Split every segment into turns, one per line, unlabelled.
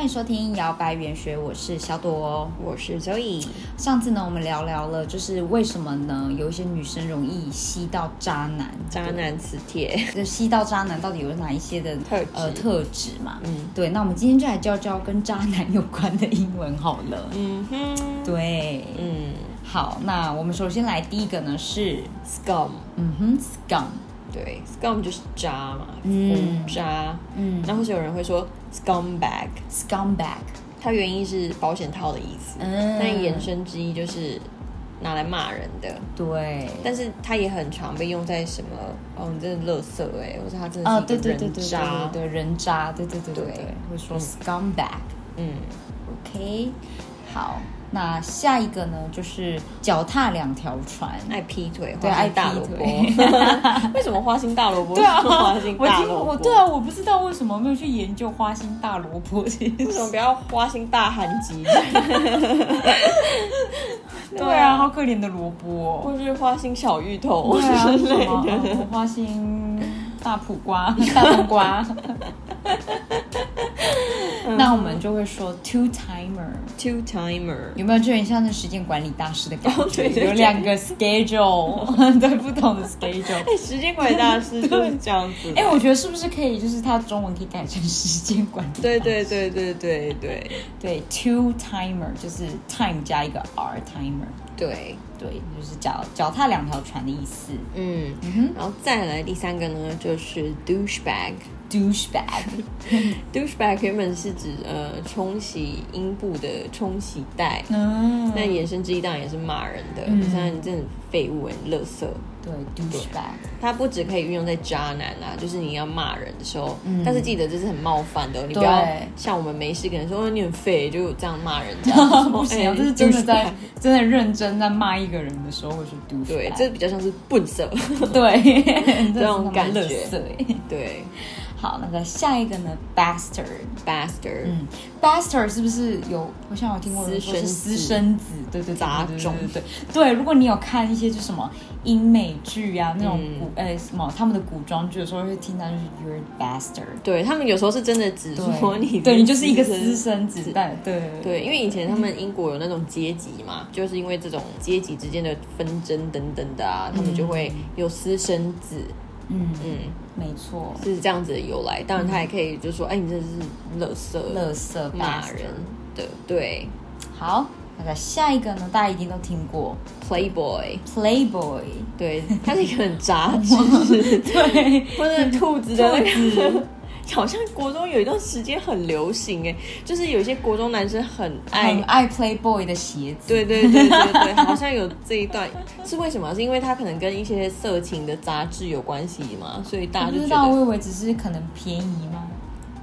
迎收听《摇摆元学》，我是小朵哦。
我是 Zoe，
上次呢，我们聊聊了，就是为什么呢，有一些女生容易吸到渣男，
渣男磁铁，
这吸到渣男到底有哪一些的
特质
呃特质嘛？
嗯
对，那我们今天就来教教跟渣男有关的英文好了。
嗯哼，
对，
嗯
好，那我们首先来第一个呢是，
，scum，
嗯哼，scum，
对，scum 就是渣嘛，
嗯
嗯，渣，
嗯
那或是有人会说 scumbag，
，scumbag，
它原意是保险套的意思，
嗯
那延伸之一就是拿来骂人的，
对，
但是它也很常被用在什么，哦，你真的垃圾哎、欸，或者他真
啊，
的
对
是一
对对
个
对
人
对
渣
对，对，人渣，对对对对
对
对，会说
嗯
scumbag。
嗯
OK，好，那下一个呢，就是脚踏两条船。
爱劈腿，
对
花
爱
心
劈
大萝
腿
卜，为什么花心大萝卜？
对啊，
花
我
心
听
大萝卜，
我对啊，我不知道为什么没有去研究花心大萝卜 这件
为
事。
什么不要花心大寒极？
对啊，，好可怜的萝卜哦。
或是花心小芋头
对啊，
之类
什么
的。
呃花心大苦瓜、大冬瓜。
嗯
那我们就会说 two timer，
Two timer，
有没有就很像是时间管理大师的感觉？
哦对对对
有两个 schedule，对， 不同的 schedule。
哎，时间管理大师就是这样子。
哎、我觉得是不是可以，就是它中文可以改成时间管理？
对对对对对对
对，two timer 就是 time 加一个 r timer，
对，
对，就是脚脚踏两条船的意思。
嗯
哼，
然后再来第三个呢，就是 douchebag。
douchebag，
douchebag 原本是指呃冲洗阴部的冲洗带，
嗯，
那延伸之一当然也是骂人的，
嗯
像你这种废物、你垃圾。
对 douchebag，
它不只可以运用在渣男啊，就是你要骂人的时候，
嗯
但是记得这是很冒犯的哦，你
对
不要像我们没事跟人说哦你很废，就这样骂人家，
不行，啊这是真的在
哎
真的认真在骂一个人的时候会说 douchebag，
对，这比较像是笨色，
对这
种感觉
对，
对
好，那再下一个呢，bastard。
，bastard，、
嗯，bastard 是不是有？我像有听过有人说是私
私生子
生子，对对对
杂
对对
种
对对对。如果你有看一些就什么英美剧啊，那种
嗯
古呃、什么他们的古装剧的时候，会听到就是 you're a bastard，
对他们有时候是真的只说
对，
你，
对你就是一个私。生子，
子
但对对
对，因为以前他们英国有那种阶级嘛，就是因为这种阶级之间的纷争等等的啊，他们就会有私生子，
嗯，
嗯，
没错，
是这样子的由来。当然，他也可以就说，哎，你这是垃圾，
乐色
骂人的，对
好，那再下一个呢，大家一定都听过
，Playboy，
Playboy，
对，他是一个很杂 志，
对，
或者兔子的那个。 好像国中有一段时间很流行哎，就是有一些国中男生很爱，
很爱 Playboy 的鞋子，
对对对对对，好像有这一段是为什么？是因为他可能跟一些色情的杂志有关系嘛，所以大
我
家
不
就
知道，
觉
我
得
以为只是可能便宜吗？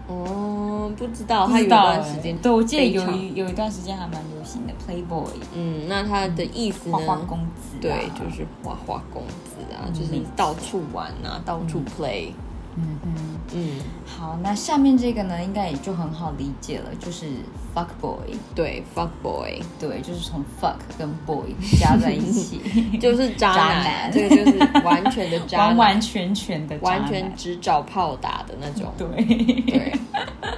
哦，不知道
不
他有
知
一
道
段
欸
时间
对我记得有
非常
一有一段时间还蛮流行的 Playboy，
嗯，那他的意思呢？
花花公子、啊，
对，就是花花公子啊，就是
没错
到处玩啊，到处 play，
嗯嗯。
嗯
好，那下面这个呢，应该也就很好理解了，就是 fuck boy，
对，fuck boy
对，就是从 fuck 跟 boy 加在一起，
就是渣
渣
男，
男
这个就是完全的渣
完
男，
完全全的渣男
完全只找炮打的那种。
对，
对，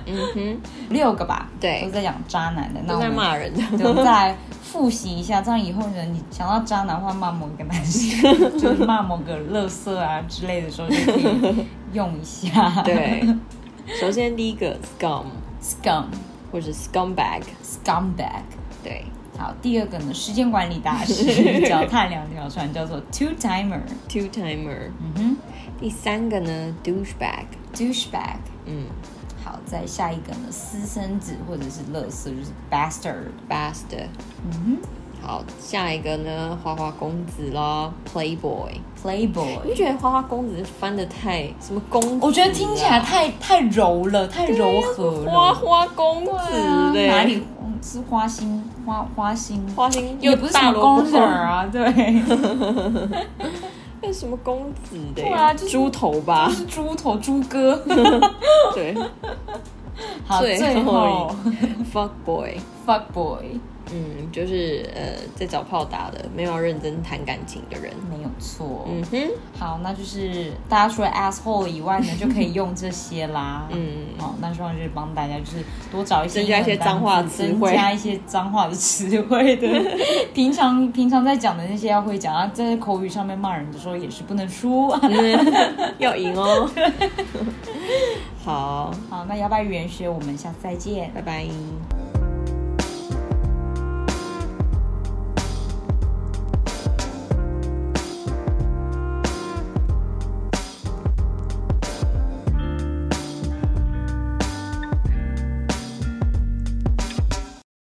嗯哼，
六个吧，
对
都在讲渣男 的，那
都
我
在
们
骂人
对，我
的。
们再来复习一下，这样以后呢，你想到渣男的话，骂某个男生， 就是骂某个乐色啊之类的时候，就可以用一下。
对，首先第一个 scum
，scum
或者 scumbag，
scumbag。
对
好，第二个呢，时间管理大师， 脚踏两条船，叫做 two timer。
two timer。
嗯
第三个呢 douchebag，
哼，douchebag。
嗯
好，再下一个呢，私生子或者是乐色，就是 bastard。
，bastard。
嗯
好，下一个呢花花公子啦，playboy。
哼，playboy
你。不觉得花花公子翻的太什么公子啊、
我觉得听起来太太柔了，太柔和了。
啊花花公子
对
嘞、
啊哪里嗯是花心花花心，
花心
也
又
不是什
大
么
萝
公子
卜
儿，啊，对，
那什么公子的、
对啊就是
猪头吧
就？是猪头猪 哥。
对
好，最
最后
后
，fuck boy，
fuck boy，
嗯，就是呃，在找炮打的，没有要认真谈感情的人。
没有错。
嗯哼，
好，那就是大家除了 asshole 以外呢，就可以用这些啦。
嗯，
好，那希望就是帮大家就是多找一些
增加一些
英文单
脏话
词
词汇
增加一些脏话的词汇的。 平常平常在讲的那些要会讲啊，在口语上面骂人的时候也是不能输。
要赢哦。好，
好，那摇摆语言学，我们下次再见。
拜拜。